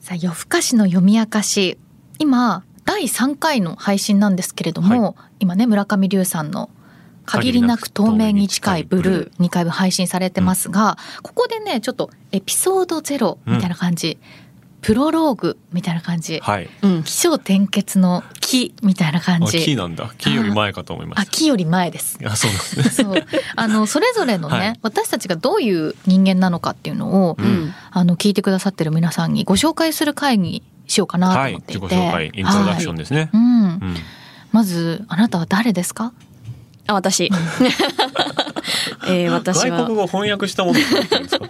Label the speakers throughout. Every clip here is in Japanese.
Speaker 1: さあ夜更かしの読み明かし今第3回の配信なんですけれども、今ね村上龍さんの「限りなく透明に近いブルー」2回分配信されてますが、ここでねちょっとエピソードゼロみたいな感じ、プロローグみたいな感じ、
Speaker 2: はい。
Speaker 3: うん
Speaker 1: 起承転結の「木」みたいな
Speaker 2: あ、
Speaker 1: 感
Speaker 2: キー
Speaker 1: じ
Speaker 2: なんだ。キーより前かと思いま
Speaker 1: あ
Speaker 2: し
Speaker 1: 木より前です。
Speaker 2: た。あ、そうなんですね。
Speaker 1: そうあのそれぞれのね、
Speaker 2: はい
Speaker 1: 私たちがどういう人間なのかっていうのを、
Speaker 2: う
Speaker 3: うんん
Speaker 1: あの聞いてくださってる皆さんにご紹介する会にしようかなと
Speaker 2: はい。
Speaker 1: 思って
Speaker 2: 自
Speaker 1: い
Speaker 2: 己
Speaker 1: て、
Speaker 2: 紹介、イントロダクション
Speaker 1: はい
Speaker 2: ですね。
Speaker 1: うん
Speaker 2: う、ん。
Speaker 1: まずあなたは誰ですか
Speaker 3: あ私 えー私
Speaker 2: 外
Speaker 3: は
Speaker 2: 国語翻訳したものって言ってるんですか。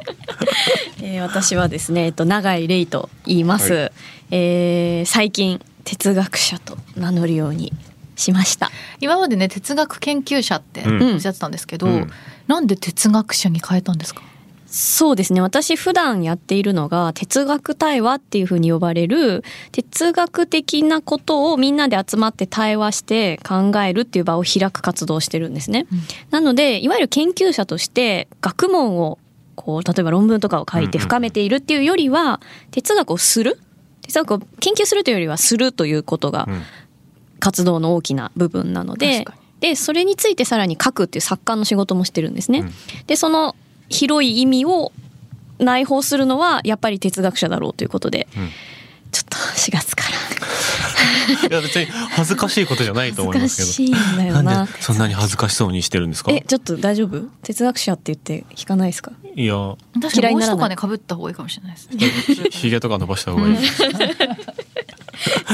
Speaker 3: えー私はですねえっと永井玲と言います、
Speaker 2: は
Speaker 3: えー最近哲学者と名乗るようにしました
Speaker 1: 今までね哲学研究者って
Speaker 2: うん
Speaker 1: おっしゃってたんですけど、
Speaker 2: うん
Speaker 1: なんで哲学者に変えたんですか、
Speaker 3: そうですね私普段やっているのが哲学対話っていうふうに呼ばれる哲学的なことをみんなで集まって対話して考えるっていう場を開く活動をしてるんですね。
Speaker 1: うん
Speaker 3: なのでいわゆる研究者として学問をこう例えば論文とかを書いて
Speaker 2: うんうん
Speaker 3: 深めているっていうよりは哲学をする哲学を研究するというよりはするということが
Speaker 2: うん
Speaker 3: 活動の大きな部分なので
Speaker 1: 確か
Speaker 3: でそれについてさらに書くっていう作家の仕事もしてるんですね。
Speaker 2: うん
Speaker 3: でその広い意味を内包するのはやっぱり哲学者だろうということで、
Speaker 2: うん
Speaker 3: ちょっと4月から
Speaker 2: いや、別に恥ずかしいことじゃないと思い
Speaker 3: 難
Speaker 2: ますけ
Speaker 3: しいんだ
Speaker 2: ど。
Speaker 3: よ
Speaker 2: な
Speaker 3: なん
Speaker 2: でそんなに恥ずかしそうにしてるんですか。
Speaker 3: えちょっと大丈夫哲学者って言って聞かないですか
Speaker 2: いや、
Speaker 1: 確か
Speaker 3: 嫌い
Speaker 1: に帽
Speaker 3: にな
Speaker 1: 子
Speaker 3: ら
Speaker 1: と
Speaker 3: な
Speaker 1: か
Speaker 3: い
Speaker 1: ねかぶった方がいいかもしれないですね。
Speaker 2: ひげとか伸ばした方がいい。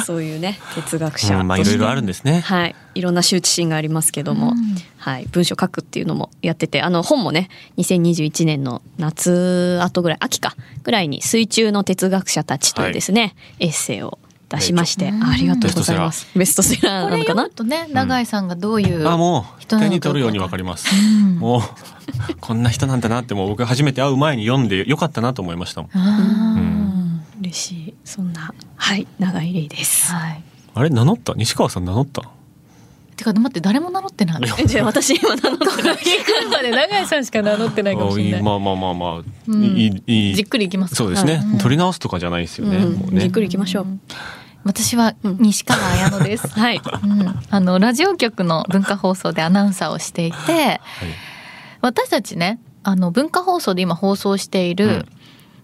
Speaker 3: そういうね哲学者として、
Speaker 2: うんまあ、いろいろあるんですね。
Speaker 3: はいいろんな羞恥心がありますけども、
Speaker 1: うん
Speaker 3: はい、文章書くっていうのもやっててあの本もね2021年の夏後ぐらい秋かぐらいに「水中の哲学者たち」というですね、エッセイを出しまして、
Speaker 1: はい
Speaker 3: あありがとうございますベストセラー
Speaker 1: こ
Speaker 3: な
Speaker 1: れ
Speaker 3: のか
Speaker 1: 読
Speaker 3: な
Speaker 1: むとね永井さんがどういう、
Speaker 2: あ、もう
Speaker 1: 人な
Speaker 2: 手
Speaker 1: の
Speaker 2: に取るようにわかります。
Speaker 1: うん
Speaker 2: もうこんな人なんだなってもう僕初めて会う前に読んでよかったなと思いましたもん。
Speaker 1: あー
Speaker 3: うん嬉しいそんなはい長井玲です
Speaker 1: はい。
Speaker 2: あれ名乗った西川さん名乗った。
Speaker 1: てか待って誰も名乗ってない。
Speaker 3: えじゃあ私今名乗った
Speaker 1: これ来るまで永井さんしか名乗ってないかもしれない。
Speaker 2: あまあまあまあまあ、
Speaker 1: うん
Speaker 2: いいいい
Speaker 1: じっくりいきますか
Speaker 2: そうですね、
Speaker 1: うん
Speaker 2: 取り直すとかじゃないですよね。
Speaker 3: うん
Speaker 2: もう
Speaker 3: じ
Speaker 2: ね
Speaker 3: っくり行きましょう、
Speaker 1: ん私は西川綾乃 です、
Speaker 3: はい
Speaker 1: うん、あのラジオ局の文化放送でアナウンサーをしていて
Speaker 2: はい
Speaker 1: 私たちねあの文化放送で今放送している、
Speaker 2: うん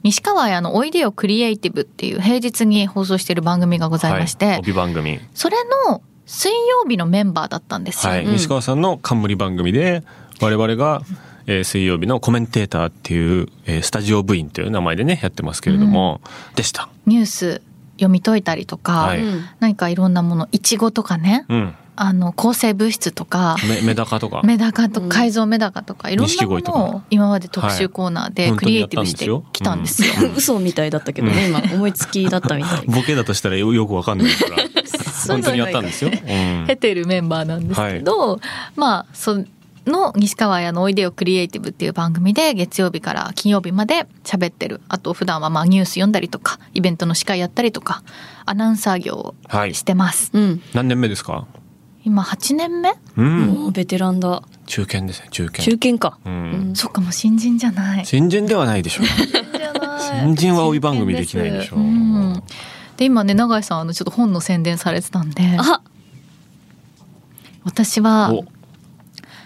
Speaker 1: 西川綾乃おいでよクリエイティブっていう平日に放送している番組がございまして、
Speaker 2: はい帯番組、
Speaker 1: それの水曜日のメンバーだったんですよ、
Speaker 2: はい
Speaker 3: うん
Speaker 2: 西川さんの冠番組で我々が、えー水曜日のコメンテーターっていう、えースタジオ部員という名前でねやってますけれども、でした。
Speaker 1: ニュース読み解いたりとか、
Speaker 2: はい
Speaker 3: うん
Speaker 1: 何かいろんなものいちごとかね
Speaker 2: うん、
Speaker 1: あの抗生物質とか
Speaker 2: メメダカ とか
Speaker 1: メダカと
Speaker 3: うん
Speaker 1: 改造メダカとかいろんな
Speaker 2: 錦
Speaker 1: も
Speaker 2: 鯉と
Speaker 1: のを
Speaker 2: か
Speaker 1: 今まで特集コーナー
Speaker 2: はい
Speaker 1: でクリエイティブしてきたんですよ。
Speaker 3: 嘘みたいだったけどね今思いつきだったみたい
Speaker 2: ボケだとしたらよよくわかんな いから本当にやったんですよ。うん
Speaker 1: 経てるメンバーなんですけど、まあその西川綾の「おいでよクリエイティブ」っていう番組で月曜日から金曜日まで喋ってるあと普段はまあニュース読んだりとかイベントの司会やったりとかアナウンサー業を
Speaker 2: はい
Speaker 1: してます。
Speaker 3: うん
Speaker 2: 何年目ですか？
Speaker 1: 今8年目
Speaker 2: う
Speaker 3: も
Speaker 2: ん、
Speaker 3: うベテランだ
Speaker 2: 中堅ですね、中堅。
Speaker 3: 中堅か
Speaker 2: う
Speaker 3: うん
Speaker 2: ん、
Speaker 1: そっかもう新人じゃない。
Speaker 2: 新人ではないでしょう。新人は追い番組できないでしょう。
Speaker 1: うんで今ね永井さんあのちょっと本の宣伝されてたんで
Speaker 3: あ
Speaker 1: 私は
Speaker 2: お、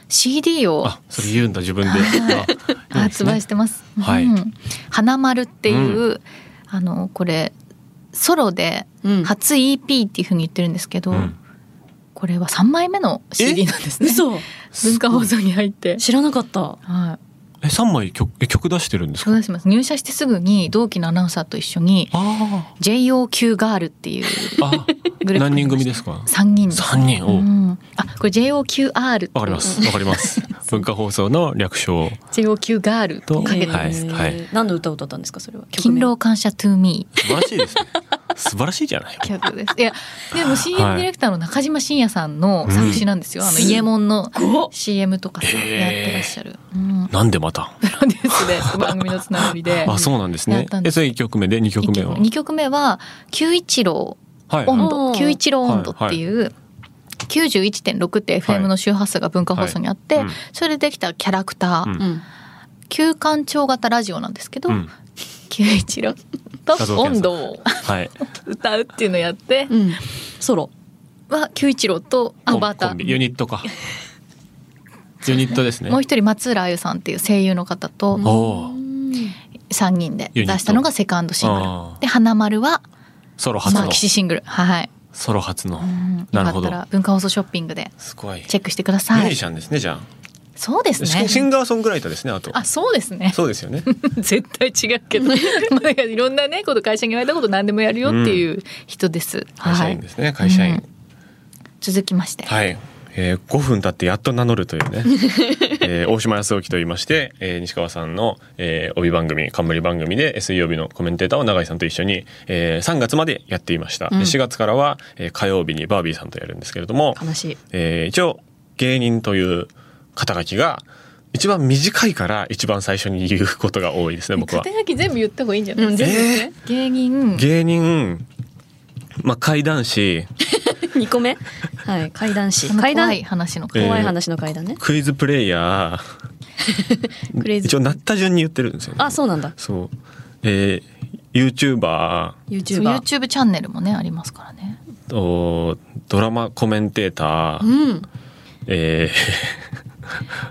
Speaker 1: CD を
Speaker 2: あ、それ言うんだ自分で。あいいです
Speaker 1: 発
Speaker 2: ね
Speaker 1: 売してます。
Speaker 2: はい
Speaker 1: うん花丸っていう、あのこれソロで
Speaker 3: うん
Speaker 1: 初 EP っていうふうに言ってるんですけど、
Speaker 2: うん
Speaker 1: これは3枚目の CD なんですね。
Speaker 3: 嘘
Speaker 1: 文化放送に入って。
Speaker 3: 知らなかった
Speaker 1: はい、
Speaker 2: え、三枚曲え曲出してるんです
Speaker 1: そう
Speaker 2: か。
Speaker 1: 出します入社してすぐに同期のアナウンサーと一緒に
Speaker 2: あ
Speaker 1: JOQ ガールっていう
Speaker 2: あ、あ、
Speaker 1: グループ
Speaker 2: 何人組ですか。
Speaker 1: 3人です
Speaker 2: 三人。
Speaker 1: う
Speaker 2: お、
Speaker 1: ん、あこれ JOQR
Speaker 2: わかりま
Speaker 1: と
Speaker 2: す。わかり ます。文化放送の略称。
Speaker 1: JOQ ガールとかけて
Speaker 2: は
Speaker 1: ま
Speaker 2: い
Speaker 1: す、
Speaker 2: はい
Speaker 3: 何の歌を歌ったんですかそれは
Speaker 1: 勤労感謝 to me
Speaker 2: 素晴らしいですね。素晴らしいじゃない。
Speaker 1: 曲です。いや、でも CM ディレクターの中島信也さんの作詞なんですよ。
Speaker 3: うん
Speaker 1: あの、イエモンの
Speaker 3: ごっ
Speaker 1: CM とかさ、
Speaker 2: へえ
Speaker 1: やってらっしゃる。うん。
Speaker 2: なんでまた。
Speaker 1: プロデュースで、番組のつながりで。
Speaker 2: あ、そうなんです
Speaker 1: や
Speaker 2: ね
Speaker 1: ったん。で
Speaker 2: え、
Speaker 1: す
Speaker 2: それ一曲目で、二曲目は。
Speaker 1: 2曲目は、九一郎
Speaker 2: はい
Speaker 1: 温
Speaker 2: は
Speaker 1: 度、
Speaker 3: はい
Speaker 1: 九一郎温度っていう、91.6って FM の周波数が文化放送にあって、
Speaker 2: はいうん
Speaker 1: それでできたキャラクター、
Speaker 2: うん
Speaker 3: うん
Speaker 1: 旧館長型ラジオなんですけど、
Speaker 2: い。うん。
Speaker 1: 916
Speaker 2: 画像
Speaker 1: と
Speaker 2: 検
Speaker 1: 温
Speaker 2: 索
Speaker 1: 度を
Speaker 2: はい。
Speaker 1: 歌うっていうのをやって
Speaker 3: うん、ソロ
Speaker 1: は九一郎と
Speaker 2: コ
Speaker 1: あ
Speaker 2: ン
Speaker 1: バ
Speaker 2: コ
Speaker 1: タ
Speaker 2: ンビユニットか。ユニットですね。
Speaker 1: もう一人松浦あゆさんっていう声優の方と
Speaker 2: おおー。
Speaker 1: 3人で
Speaker 2: ユ
Speaker 1: 出
Speaker 2: ニット
Speaker 1: したのがセカンドシングル
Speaker 2: あー
Speaker 1: で「花丸」は
Speaker 2: ソロ初
Speaker 1: まあ
Speaker 2: の
Speaker 1: 騎士シングルはい、
Speaker 2: ソロ初の
Speaker 1: うん、よ
Speaker 2: な
Speaker 1: か
Speaker 2: るほ
Speaker 1: っ
Speaker 2: ど
Speaker 1: たら文化放送ショッピングです
Speaker 2: ごい。ミ
Speaker 1: チェックしてくだ
Speaker 2: ュ
Speaker 1: さ
Speaker 2: ージ
Speaker 1: い
Speaker 2: シャンですねじゃ
Speaker 1: そうです
Speaker 2: あ。シ
Speaker 1: ね
Speaker 2: ンシンガーソングライターですねあと。
Speaker 1: あそうですね
Speaker 2: そうですよね。
Speaker 1: 絶対違うけ どまあだからいろんなねこと会社に言われたこと何でもやるよっていう人です、
Speaker 2: 会社
Speaker 1: は
Speaker 2: 員
Speaker 1: い
Speaker 2: ですね会社員。
Speaker 1: うん続きまして、
Speaker 2: はい。えー、5分経ってやっと名乗ると いうね、えー大島康之と言いまして、えー西川さんの、えー帯番組冠番組で水曜日のコメンテーターを永井さんと一緒に、えー3月までやっていました、で
Speaker 3: うん
Speaker 2: 4月からは、えー火曜日にバービーさんとやるんですけれども、
Speaker 3: 悲しい
Speaker 2: えー一応芸人という肩書きが一番短いから一番最初に言うことが多いですね僕は
Speaker 1: 肩。書き全部言った方がいいんじゃない、
Speaker 3: うん全部ね
Speaker 1: 芸人
Speaker 2: 芸人まあ怪談師
Speaker 3: 2個目はい怪談師
Speaker 1: あの
Speaker 3: 怪
Speaker 1: 怖
Speaker 3: 談
Speaker 1: い話の
Speaker 2: え
Speaker 1: 声、
Speaker 2: ー
Speaker 3: 怖い話の怪談ね、
Speaker 2: クイズプレイヤ
Speaker 3: クレイ
Speaker 2: ー
Speaker 3: ズ
Speaker 2: 一応なった順に言ってるんですよ、ね。
Speaker 3: あそうなんだ
Speaker 2: そう。えー、YouTuber
Speaker 1: そう
Speaker 3: YouTuber
Speaker 1: YouTube チャンネルもねありますからね
Speaker 2: とドラマコメンテーター、
Speaker 3: うん
Speaker 2: え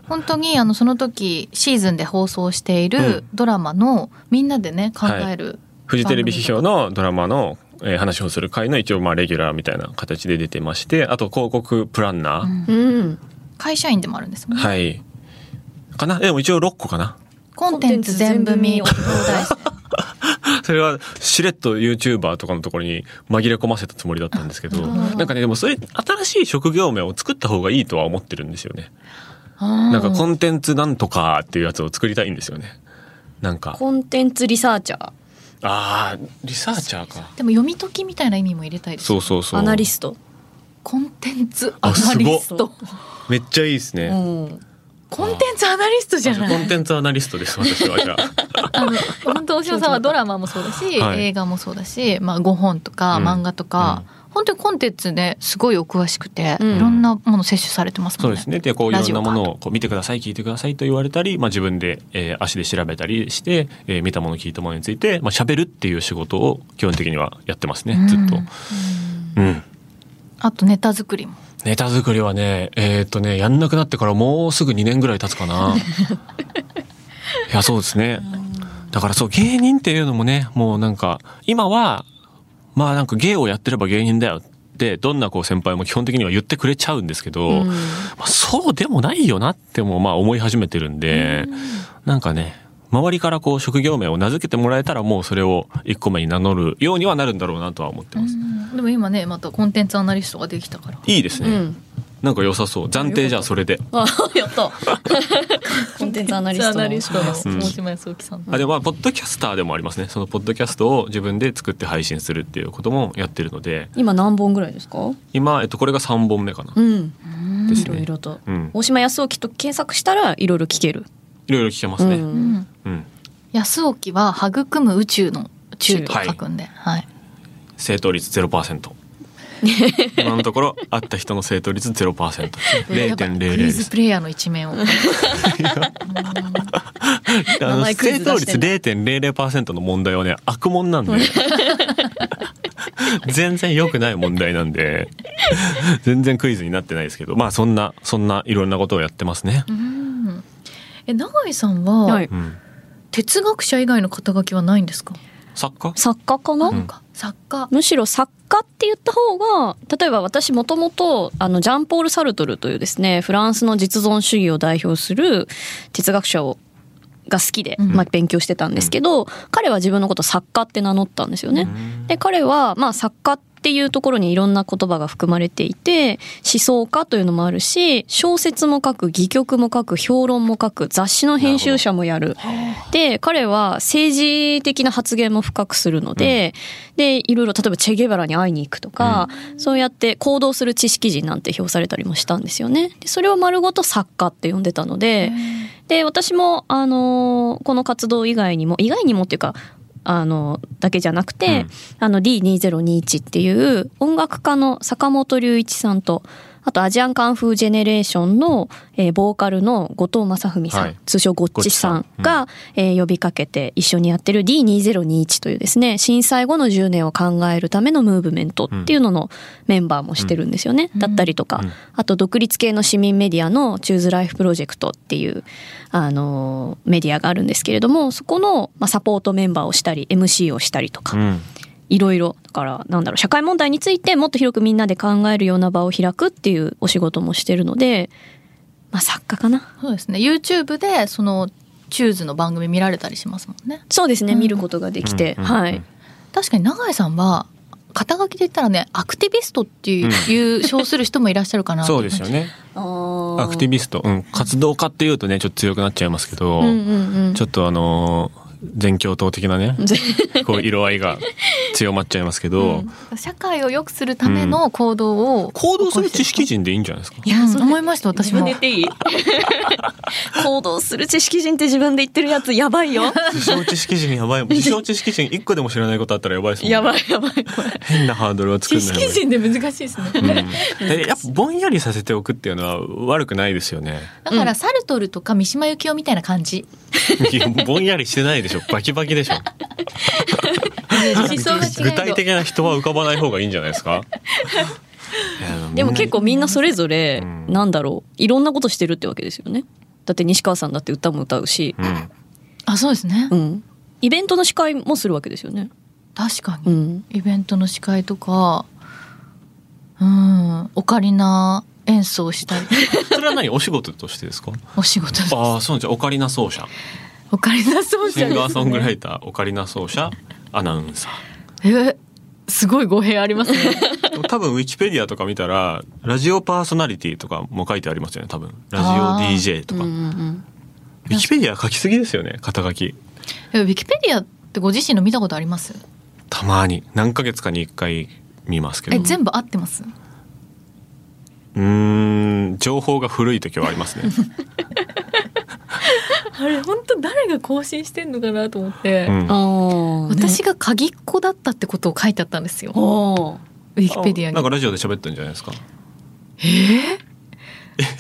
Speaker 1: 本当にあのその時シーズンで放送している
Speaker 2: うん
Speaker 1: ドラマのみんなでね考える、
Speaker 2: ー、フジテレビ批評のドラマの、えー話をする会の一応まあレギュラーみたいな形で出てまして、あと広告プランナ
Speaker 1: う
Speaker 2: ー、
Speaker 1: ん
Speaker 3: うん
Speaker 1: 会社員でもあるんですもんね、
Speaker 2: はい。かなでも一応6個かな。
Speaker 1: コンテンツ全部見
Speaker 3: コンテンツ全部見
Speaker 1: 東大生
Speaker 2: それはしれっと YouTuber とかのところに紛れ込ませたつもりだったんですけど、
Speaker 1: うん
Speaker 2: なんかね、でもそれ新しい職業名を作った方がいいとは思ってるんですよね。
Speaker 1: な
Speaker 2: なんかコンテンツなんとかっていうやつを作りたいんですよね。なんか。
Speaker 3: コンテンツリサーチャー
Speaker 2: ああリサーチャーか
Speaker 1: でも読み解きみたいな意味も入れたいです
Speaker 2: そうそうそう
Speaker 3: アナリスト
Speaker 1: コンテンツア
Speaker 2: あ
Speaker 1: ナ
Speaker 2: すご
Speaker 1: リ
Speaker 2: っ
Speaker 1: スト
Speaker 2: めっちゃいいです
Speaker 3: う
Speaker 2: ね、
Speaker 3: ん
Speaker 1: コンテンツアナリストじゃ
Speaker 2: あ
Speaker 1: な
Speaker 2: コン
Speaker 1: い
Speaker 2: テンツアナリストです私はじゃあ
Speaker 1: あの本当大島さんはドラマもそうだし、
Speaker 2: はい
Speaker 1: 映画もそうだし、まあ、5本とか
Speaker 2: うん
Speaker 1: 漫画とか、本当にコンテンツですごいお詳しくて、
Speaker 3: うん
Speaker 1: いろんなもの摂取されてます
Speaker 2: そ
Speaker 1: も
Speaker 2: うんで
Speaker 1: ね。
Speaker 2: すねでこういろ
Speaker 1: ラジ
Speaker 2: ん
Speaker 1: オ
Speaker 2: な
Speaker 1: か
Speaker 2: ものをこう見てください聞いてくださいと言われたり、まあ、自分で、えー足で調べたりして、えー見たもの聞いたものについて、まあ、喋るっていう仕事を基本的にはやってますね、ずっと
Speaker 1: うん
Speaker 2: うん
Speaker 1: あとネタ作りも
Speaker 2: ネタ作りはねえーっとねやんなくなってからもうすぐ2年ぐらい経つか ないやそうですねだからそう芸人っていうのもねもうなんか今はまあなんか芸をやってれば芸人だよってどんなこう先輩も基本的には言ってくれちゃうんですけど、
Speaker 3: うん
Speaker 2: まあ、そうでもないよなってもまあ思い始めてるんで、なんかね周りからこう職業名を名付けてもらえたらもうそれを1個目に名乗るようにはなるんだろうなとは思ってます。
Speaker 1: でも今ねまたコンテンツアナリストができたから
Speaker 2: いいです
Speaker 3: う
Speaker 2: ね、
Speaker 3: ん
Speaker 2: なんか良さそう暫定じゃあそれで。
Speaker 3: あ や ったコンテンツアナリストの
Speaker 2: うん
Speaker 1: 大島康之さん
Speaker 2: あでもまあポッドキャスターでもありますねそのポッドキャストを自分で作って配信するっていうこともやってるので
Speaker 3: 今何本ぐらいですか
Speaker 2: 今、えっと、これが3本目かな、
Speaker 3: うん
Speaker 2: で
Speaker 3: い
Speaker 2: す
Speaker 3: ろ
Speaker 2: ね
Speaker 3: いろと、
Speaker 2: うん
Speaker 3: 大島康之と検索したらいろいろ聞ける、
Speaker 2: いろいろ聞けま
Speaker 3: う
Speaker 2: すね、うん
Speaker 1: うんん安沖は育む宇宙の宙と書くんで、はい
Speaker 2: 正答率0% 今のところ会った人の正答率 0%0.00
Speaker 1: クイ
Speaker 2: で
Speaker 1: ズ
Speaker 2: す
Speaker 1: プレイヤーの一面を
Speaker 2: あの
Speaker 3: 名前ク
Speaker 2: 正
Speaker 3: イズ出
Speaker 2: 答
Speaker 3: して
Speaker 2: 率
Speaker 3: ん
Speaker 2: 0.00%の問題はね悪問なんで 全然良くない問題なんで全然クイズになってないですけどまあそんなそんないろんなことをやってますね、
Speaker 1: うんえ永井さんは、
Speaker 3: はい
Speaker 2: うん、
Speaker 1: 哲学者以外の肩書きはないんですか、
Speaker 2: 作家
Speaker 3: 作家かな、
Speaker 2: うん
Speaker 1: か作家
Speaker 3: むしろ作家って言った方が例えば私もともとあのジャンポール・サルトルというですねフランスの実存主義を代表する哲学者をが好きで、
Speaker 1: うん
Speaker 3: まあ、勉強してたんですけど、彼は自分のことを作家って名乗ったんですよね。で彼はまあ作家っていうところにいろんな言葉が含まれていて思想家というのもあるし小説も書く戯曲も書く評論も書く雑誌の編集者もやるで彼は政治的な発言も深くするので、でいろいろ例えばチェ・ゲバラに会いに行くとか、そうやって行動する知識人なんて評されたりもしたんですよね。でそれを丸ごと作家って呼んでたので、で私も、あのーこの活動以外にも以外にもっていうか、あのだけじゃなくて、
Speaker 2: うん
Speaker 3: あの D2021 っていう音楽家の坂本龍一さんとあとアジアンカンフージェネレーションの、えーボーカルの後藤正文さん、
Speaker 2: はい
Speaker 3: 通称ゴッチさんが、えー呼びかけて一緒にやってる D2021 というですね震災後の10年を考えるためのムーブメントっていうののメンバーもしてるんですよね、
Speaker 1: うん
Speaker 3: だったりとか、
Speaker 2: うん
Speaker 3: あと独立系の市民メディアの「チューズライフプロジェクト」っていう、あのーメディアがあるんですけれどもそこの、まあ、サポートメンバーをしたり MC をしたりとか、
Speaker 2: うん
Speaker 3: いろいろだからなんだろう社会問題についてもっと広くみんなで考えるような場を開くっていうお仕事もしてるのでまあ作家かな
Speaker 1: そうですね YouTube でそのチューズの番組見られたりしますもんね
Speaker 3: そうですね、
Speaker 1: うん
Speaker 3: 見ることができて、
Speaker 2: うん
Speaker 3: はい、
Speaker 1: 確かに永井さんは肩書きで言ったらねアクティビストっていう,、称する人もいらっしゃるかなと
Speaker 2: そ
Speaker 1: 思
Speaker 2: う
Speaker 1: いま
Speaker 2: ですよね。ア
Speaker 3: ア
Speaker 2: クティビスト、うん、活動家っていうとね、ちょっと強くなっちゃいますけど、
Speaker 3: うんうんうん
Speaker 2: ちょっとあのー、全教頭的な ね、こう色合いが強まっちゃいますけど、
Speaker 1: 社会を良くするための行動を、
Speaker 2: 行動する知識人でいいんじゃないですか。
Speaker 1: いや、思いました私も
Speaker 3: 自分で言っていい 行動する知識人って自分で言ってるやつやばい よ
Speaker 2: 自称知識人やばいもん。自称知識人一個でも知らないことあったらやばいですもん、ね。
Speaker 3: やばいやばいこれ
Speaker 2: 変なハードルを作る
Speaker 1: 知
Speaker 2: のやばい
Speaker 1: 識人で難しいですね、
Speaker 2: うんでやっぱぼんやりさせておくっていうのは悪くないですよ ね。
Speaker 1: だからサルトルとか三島由紀夫みたいな感じ
Speaker 2: いやぼんやりしてないでしょ。バキバキでしょ。
Speaker 1: 思想が違
Speaker 2: 具体的な人は浮かばない方がいいんじゃないですか。 いや
Speaker 3: でも結構みんなそれぞれ、
Speaker 2: うん
Speaker 3: なんだろういろんなことしてるってわけですよねだって西川さんだって歌も歌うし、
Speaker 2: うん、
Speaker 1: あそうですね、
Speaker 3: うん、イベントの司会もするわけですよね。
Speaker 1: 確かに、
Speaker 3: うん、
Speaker 1: イベントの司会とかうんオカリナ演奏した り
Speaker 2: それは何お仕事としてですか
Speaker 1: お仕事です
Speaker 2: ああそうじゃオカリナ奏者
Speaker 1: オカリナ奏
Speaker 2: シ
Speaker 1: 者
Speaker 2: ンガー
Speaker 1: です
Speaker 2: ソングラ
Speaker 1: ね
Speaker 2: イターオカリナ奏者アナウンサ
Speaker 1: えすごい語弊あります ね
Speaker 2: ーでも多分ウィキペディアとか見たらラジオパーソナリティとかも書いてありますよね多分ラジオ
Speaker 1: あー
Speaker 2: DJ とか、
Speaker 3: うん
Speaker 2: ウ
Speaker 3: うん
Speaker 2: ィキペディア書きすぎですよね肩書き
Speaker 1: えウィキペディアってご自身の見たことあります
Speaker 2: たまに何ヶ月かに一回見ますけ
Speaker 1: え
Speaker 2: ど
Speaker 1: 全部合ってます
Speaker 2: うーん情報が古い時はありますね、
Speaker 1: あれ本当誰が更新してんのかなと思って
Speaker 2: うん
Speaker 3: ああ、
Speaker 1: 私が鍵っ子だったってことを書いてあったんですよウ
Speaker 3: ああ、
Speaker 1: ィキペディア
Speaker 2: なん
Speaker 1: に
Speaker 2: かラジオで喋ってるんじゃないですか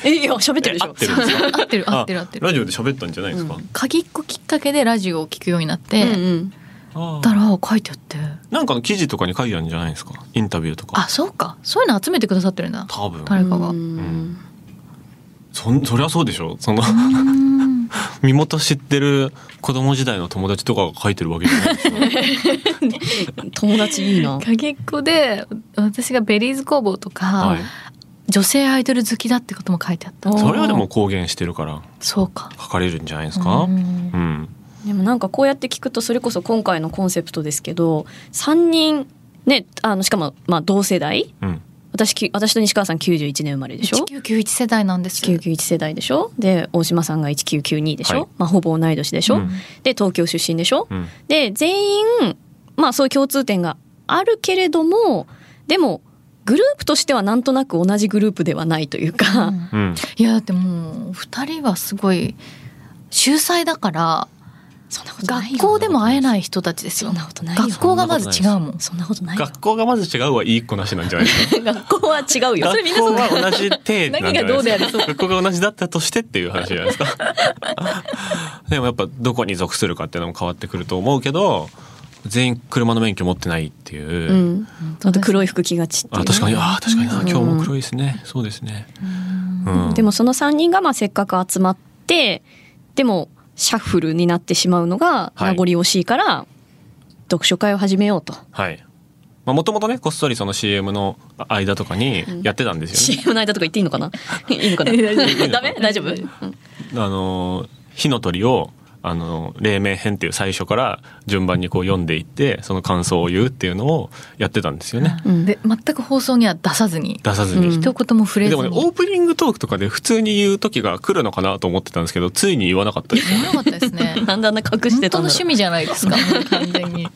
Speaker 3: えいや喋ってるで
Speaker 2: え
Speaker 3: し
Speaker 2: 合
Speaker 3: ょ。
Speaker 2: ってるんですか
Speaker 1: 合ってる合ってる合
Speaker 2: あ
Speaker 1: ってる
Speaker 2: ラジオで喋ったんじゃないですか、
Speaker 3: う
Speaker 1: 鍵っ子きっかけでラジオを聞くようになって、
Speaker 3: うんうん。
Speaker 2: あ
Speaker 1: た
Speaker 2: ー
Speaker 1: ら書いてあって
Speaker 2: なんかの記事とかに書いてあるんじゃないですかインタビューとか
Speaker 1: あそうかそういうの集めてくださってるんだ
Speaker 2: 多分
Speaker 1: 誰かが
Speaker 3: う
Speaker 1: うん
Speaker 2: そんそりゃそうでしょその
Speaker 1: ん
Speaker 2: 身元知ってる子供時代の友達とかが書いてるわけじゃないでしょ
Speaker 3: 友達いいな。
Speaker 1: 鍵っ子で私がベリーズ工房とか、
Speaker 2: はい
Speaker 1: 女性アイドル好きだってことも書いてあった
Speaker 3: おー
Speaker 2: それはでも公言してるから
Speaker 1: そうか
Speaker 2: 書かれるんじゃないです
Speaker 1: う
Speaker 2: かうん、
Speaker 1: ん
Speaker 3: でもなんかこうやって聞くとそれこそ今回のコンセプトですけど、三人ねあのしかもまあ同世代。
Speaker 2: うん
Speaker 3: 私き私と西川さん91年生まれでしょ。
Speaker 1: 1991世代なんです
Speaker 3: 1991世代でしょで大島さんが1992でしょ、
Speaker 2: はい
Speaker 3: まあほぼ同い年でしょ、
Speaker 2: うん
Speaker 3: で東京出身でしょ、
Speaker 2: うん
Speaker 3: で全員まあそういう共通点があるけれどもでもグループとしてはなんとなく同じグループではないというか、
Speaker 1: うん
Speaker 2: うん
Speaker 1: いやだってもう二人はすごい秀才だから
Speaker 3: そんなことない
Speaker 1: 学
Speaker 3: よ
Speaker 1: 校でも会えない人たちです
Speaker 3: そ
Speaker 1: よ
Speaker 3: んなことないよ
Speaker 1: 学校がまず違うもん
Speaker 3: そんなことないよ
Speaker 2: 学校がまず違うはいい子なしなんじゃないですか
Speaker 3: 学校は違うよ
Speaker 2: 学校が同じ程度なんじゃ
Speaker 3: 何がど
Speaker 2: な
Speaker 3: う
Speaker 2: い
Speaker 3: であ
Speaker 2: で
Speaker 3: れ
Speaker 2: すか学校が同じだったとしてっていう話じゃないですか でもやっぱどこに属するかっていうのも変わってくると思うけど全員車の免許持ってないっていう、
Speaker 3: うんあと黒い服着がちっていう
Speaker 2: あ
Speaker 3: ね
Speaker 2: 確かにあー確かにな
Speaker 3: うん
Speaker 2: 今日も黒いですねそうですねうん
Speaker 3: でもその3人がまあせっかく集まってでもシャッフルになってしまうのが名残惜しいから、読書会を始めようと、
Speaker 2: はいもともとねこっそりその CM の間とかにやってたんですよね、
Speaker 3: CM の間とか言っていいの かないいのかなダメ大丈夫、うん
Speaker 2: あのー火の鳥をあのー黎明編っていう最初から順番にこう読んでいってその感想を言うっていうのをやってたんですよね、
Speaker 3: うん
Speaker 1: で全く放送には出さずに
Speaker 2: 出さずに、
Speaker 3: うん
Speaker 1: 一言も触れず
Speaker 2: で
Speaker 1: に、
Speaker 2: もねオープニングトークとかで普通に言う時が来るのかなと思ってたんですけどついに言わなかったですよ
Speaker 1: 言わなかったですね
Speaker 3: なんであんな隠 し
Speaker 1: 本
Speaker 3: て
Speaker 1: 当の
Speaker 3: たんだろう
Speaker 1: 趣味じゃないですか完全に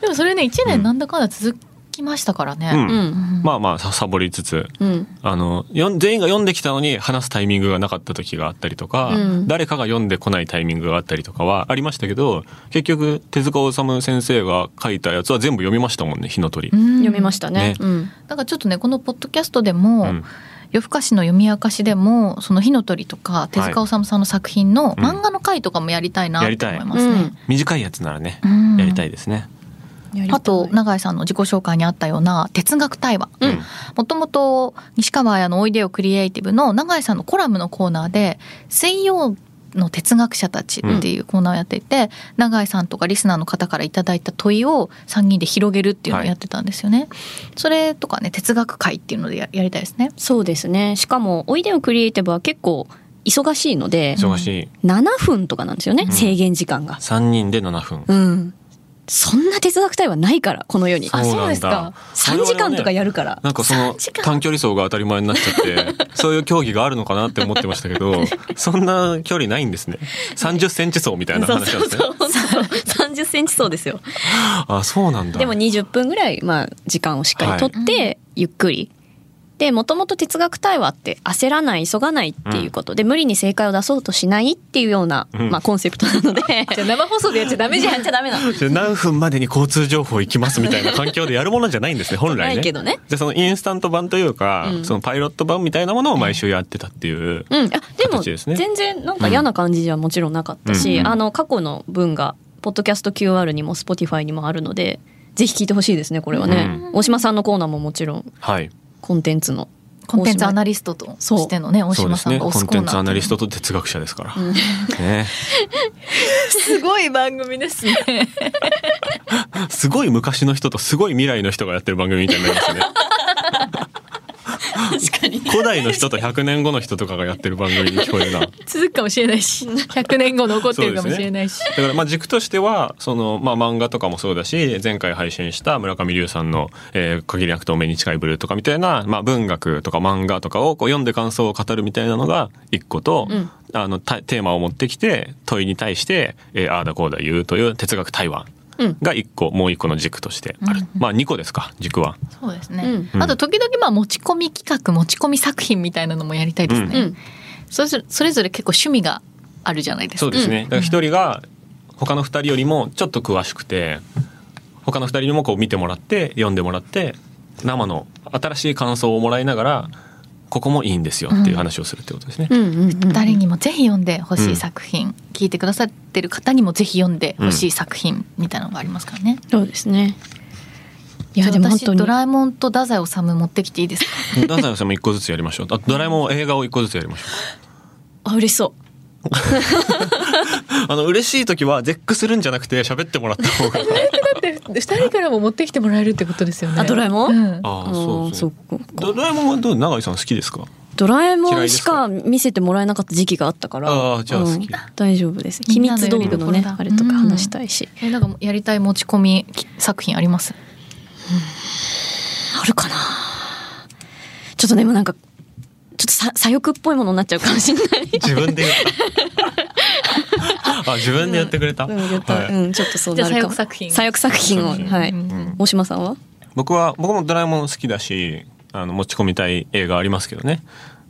Speaker 1: でもそれね1年なんだかんだ続きましたから
Speaker 2: う
Speaker 1: ね。
Speaker 2: ん
Speaker 3: うん
Speaker 2: まあまあさサボりつつ
Speaker 3: うん
Speaker 2: あのよん全員が読んできたのに話すタイミングがなかった時があったりとか、
Speaker 3: うん
Speaker 2: 誰かが読んでこないタイミングがあったりとかはありましたけど結局手塚治虫先生が書いたやつは全部読みましたもんね「火の鳥」
Speaker 1: 読
Speaker 3: 読めましたね
Speaker 2: ね
Speaker 3: うん
Speaker 1: なんかちょっとねこのポッドキャストでも、
Speaker 2: うん
Speaker 1: 夜更かしの読み明かしでもその火の鳥とか手塚治虫さんの作品の
Speaker 2: うん
Speaker 1: 漫画の回とかもやりたいな
Speaker 2: や
Speaker 1: っ
Speaker 2: り
Speaker 1: て
Speaker 2: たい
Speaker 1: 思いますね。
Speaker 2: 短いやつならね
Speaker 1: うん
Speaker 2: やりたいですね。
Speaker 1: あと永井さんの自己紹介にあったような哲学対話
Speaker 3: うん
Speaker 1: もともと西川綾の「おいでよクリエイティブ」の永井さんのコラムのコーナーで「水曜の哲学者たち」っていうコーナーをやっていて、永井さんとかリスナーの方からいただいた問いを3人で広げるっていうのをやってたんですよね。それとかね哲学会っていうのでややりたいですね。
Speaker 3: そうですねしかも「おいでよクリエイティブ」は結構忙しいので
Speaker 2: 忙しい、
Speaker 3: 7分とかなんですよね、
Speaker 2: うん
Speaker 3: 制限時間が
Speaker 2: 3人で7分、
Speaker 3: うんそんな哲学対話ないからこの世に
Speaker 1: あそうなんだ
Speaker 3: 3時間とかやるから
Speaker 2: なんかその
Speaker 1: 3時間
Speaker 2: 短距離走が当たり前になっちゃ って、そういう競技があるのかなって思ってましたけど、そんな距離ないんですね。30センチ走みたいな
Speaker 3: そう
Speaker 2: 話なん
Speaker 3: そう
Speaker 2: ですね
Speaker 3: そ。う三十センチそうですよ。
Speaker 2: あ、そうなんだ。
Speaker 3: でも二十分ぐらいまあ時間をしっかりとって、
Speaker 1: は
Speaker 3: ゆっくり。でもともと哲学対話って焦らない急がないっていうことで、無理に正解を出そうとしないっていうような、
Speaker 2: うん
Speaker 3: まあコンセプトなので
Speaker 1: じゃ生放送でやっちゃダメ じゃんじゃダメなの。
Speaker 2: じゃあ何分までに交通情報行きますみたいな環境でやるものじゃないんですね、本
Speaker 3: な
Speaker 2: 来ね。
Speaker 3: いけ
Speaker 2: じ
Speaker 3: どね。
Speaker 2: ゃあそのインスタント版というか、
Speaker 3: うん
Speaker 2: そのパイロット版みたいなものを毎週やってたっていう。
Speaker 3: うん、あでも
Speaker 2: 形ですね
Speaker 3: 全然なんか嫌な感じじゃもちろんなかったし、
Speaker 2: うん
Speaker 3: あの過去の文がポッドキャスト QR にも Spotify にもあるのでぜひ聞いてほしいですねこれはね、大島さんのコーナーももちろん
Speaker 2: はい。
Speaker 3: コンテンツの
Speaker 1: コンテンツアナリストと
Speaker 3: そう
Speaker 1: してのね大
Speaker 2: そうで
Speaker 1: 島
Speaker 2: す
Speaker 1: さん
Speaker 2: ね。
Speaker 1: が
Speaker 2: コ
Speaker 1: 推す
Speaker 2: ン
Speaker 1: コ
Speaker 2: テ
Speaker 1: ー
Speaker 2: ン
Speaker 1: ナ
Speaker 2: ツアナリ
Speaker 1: ー
Speaker 2: ストと哲学者ですから。
Speaker 3: うん
Speaker 2: ね。
Speaker 1: すごい番組ですね。
Speaker 2: すごい昔の人とすごい未来の人がやってる番組みたいになりますね。
Speaker 1: 確かに
Speaker 2: 古代の人と100年後の人とかがやってる番組に聞こえるな。だ
Speaker 1: 続くかもしれない し100年後残ってるかもしれないし。
Speaker 2: からまあ軸としてはその、まあ、漫画とかもそうだし前回配信した村上龍さんの「えー、限りなく透明に近いブルー」とかみたいな、まあ、文学とか漫画とかをこう読んで感想を語るみたいなのが一個と、
Speaker 3: うん
Speaker 2: あのたテーマを持ってきて問いに対して、えーああだこうだ言うという哲学対話
Speaker 3: うん
Speaker 2: が一個もう一個の軸としてあ
Speaker 1: う
Speaker 2: る、
Speaker 1: ん
Speaker 2: まあ2個ですか軸は。
Speaker 1: そうですね、
Speaker 2: うん
Speaker 1: あと時々まあ持ち込み企画持ち込み作品みたいなのもやりたいですね、
Speaker 3: うん
Speaker 1: それぞれそれぞれ結構趣味があるじゃないです
Speaker 2: そ
Speaker 1: か
Speaker 2: うですね。
Speaker 1: ん
Speaker 2: だから一人が他の二人よりもちょっと詳しくて、他の二人にもこう見てもらって読んでもらって生の新しい感想をもらいながらここもいいんですよっていう話をするってことですね。
Speaker 3: うんうんうん
Speaker 1: 誰にもぜひ読んでほしい作品、聞いてくださってる方にもぜひ読んでほしい作品みたいなのがありますからね、
Speaker 3: そうですね。い
Speaker 1: い
Speaker 3: やでも本
Speaker 1: 私
Speaker 3: 当に
Speaker 1: ドラえもんと太宰治持ってきていいですか
Speaker 2: ダンサーの人も一個ずつやりま しょう。あとドラえもんは映画を一個ずつやりましょ
Speaker 3: あ嬉しそ う
Speaker 2: う。あの嬉しい時は絶句するんじゃなくて喋ってもらった方が。
Speaker 1: だって2人からも持ってきてもらえるってことですよ ね
Speaker 3: あドラえもん
Speaker 1: うん
Speaker 2: ああそうそう。
Speaker 3: あーそっか
Speaker 2: ドラえもんはどう永井さん好きですか。
Speaker 3: ドラえも
Speaker 2: 嫌い
Speaker 3: ん
Speaker 2: です
Speaker 3: し
Speaker 2: か
Speaker 3: か見せてもらえなかった時期があったから
Speaker 2: あーじゃあ好き
Speaker 3: うん大丈夫です秘
Speaker 1: みんなの
Speaker 3: 密道具の
Speaker 1: よりどころ
Speaker 3: ね
Speaker 1: だ
Speaker 3: あれとか話したいし、
Speaker 1: えなんかやりたい持ち込み作品あります
Speaker 3: あるかなちょっとねもうなんかちょっとさ左翼っぽいものになっちゃうかもしれない
Speaker 2: 自分で言 った。あ自分でやってくれた。
Speaker 3: うんやった
Speaker 2: はい
Speaker 3: うんちょっとそうなるかも
Speaker 1: じゃあ左翼作品
Speaker 3: 左翼作品をはい、
Speaker 1: うん
Speaker 3: 大島さんは
Speaker 2: 僕は僕もドラえもん好きだしあの持ち込みたい映画ありますけどね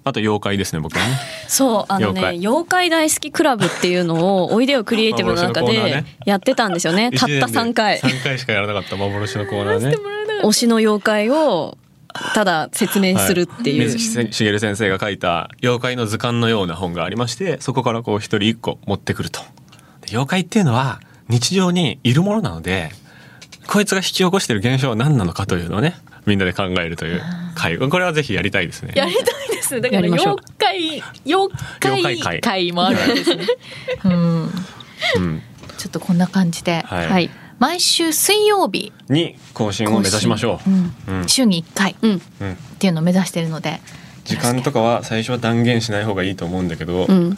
Speaker 2: あと妖怪ですね僕はね
Speaker 3: そうあのね
Speaker 2: 妖怪
Speaker 3: 妖怪大好きクラブっていうのをおいでよクリエイティブの中
Speaker 2: 幻のコーナー
Speaker 3: で
Speaker 2: ね
Speaker 3: やってたんですよ ねたった3回
Speaker 2: 3回しかやらなかった幻のコーナーね
Speaker 3: 推しの妖怪をただ説明するっていう、
Speaker 2: はい水木しげる先生が書いた「妖怪の図鑑」のような本がありましてそこからこう一人一個持ってくるとで妖怪っていうのは日常にいるものなのでこいつが引き起こしてる現象は何なのかというのをねみんなで考えるという会これはぜひやりたいですね
Speaker 1: やりたいですね。だから
Speaker 3: やりましょう
Speaker 1: 妖怪妖
Speaker 2: 妖怪
Speaker 1: 怪
Speaker 2: 会
Speaker 1: 会もあるんですね。うん、
Speaker 2: うん
Speaker 1: ちょっとこんな感じで、
Speaker 2: はい
Speaker 3: はい
Speaker 1: 毎週水曜日
Speaker 2: に更新を目指しましょ
Speaker 1: 更新
Speaker 2: う、うん
Speaker 1: ん週に1回っ
Speaker 3: うん
Speaker 2: うん、
Speaker 1: ていうのを目指してるので、
Speaker 2: 時間とかは最初は断言しない方がいいと思うんだけど、
Speaker 3: うん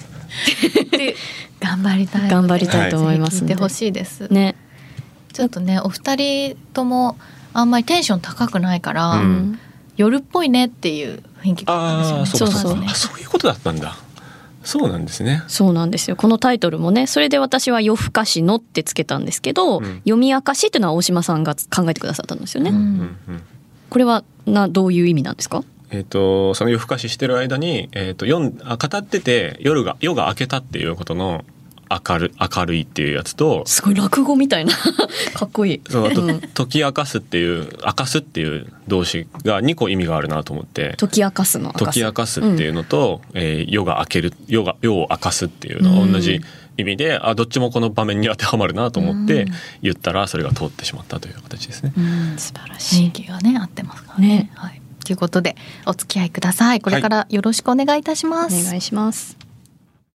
Speaker 1: 頑張りたいので
Speaker 3: 頑張りたいと思います
Speaker 1: ぜひ聞
Speaker 3: んで
Speaker 1: いてほしいです。
Speaker 3: ね、
Speaker 1: ちょっとね、お二人ともあんまりテンション高くないから、
Speaker 2: う
Speaker 3: うんん、
Speaker 1: 夜っぽいねっていう雰囲気があった
Speaker 2: あ
Speaker 1: ん
Speaker 2: あ
Speaker 1: です
Speaker 2: そ
Speaker 1: よ
Speaker 2: う
Speaker 1: ね。
Speaker 2: かそうかあそ
Speaker 3: そうで
Speaker 2: ういうことだったんだそうなんですね
Speaker 3: そうなんですよこのタイトルもねそれで私は「夜更かしの」ってつけたんですけど、
Speaker 2: うん
Speaker 3: 読み明かしっていうのは大島さんが考えてくださったんですよね、
Speaker 1: うん
Speaker 2: うんうん
Speaker 3: これはなどういう意味なんですか
Speaker 2: えっ、とその夜更かししてる間に、えっと読んあ語ってて夜が夜が明けたっていうことの明る明るいっていうやつと
Speaker 3: すごい落語みた いなかっこいい
Speaker 2: そうあと
Speaker 3: うん
Speaker 2: 「解き明かす」っていう「明かす」っていう動詞が2個意味があるなと思って
Speaker 3: 解き明かすの
Speaker 2: 「解き明かす」っていううのと「えー夜が明ける」夜が「夜を明かす」っていうのは同じ意味で、あどっちもこの場面に当てはまるなと思って
Speaker 1: うん
Speaker 2: 言ったらそれが通ってしまったという形ですね。
Speaker 3: ん、うん素晴らし
Speaker 1: 人
Speaker 3: い
Speaker 1: 気がね合ってますからね。
Speaker 3: ね
Speaker 1: はい、ということでお付き合いください。これからよろしくお願いいたし
Speaker 3: お
Speaker 1: ます。
Speaker 3: 願いします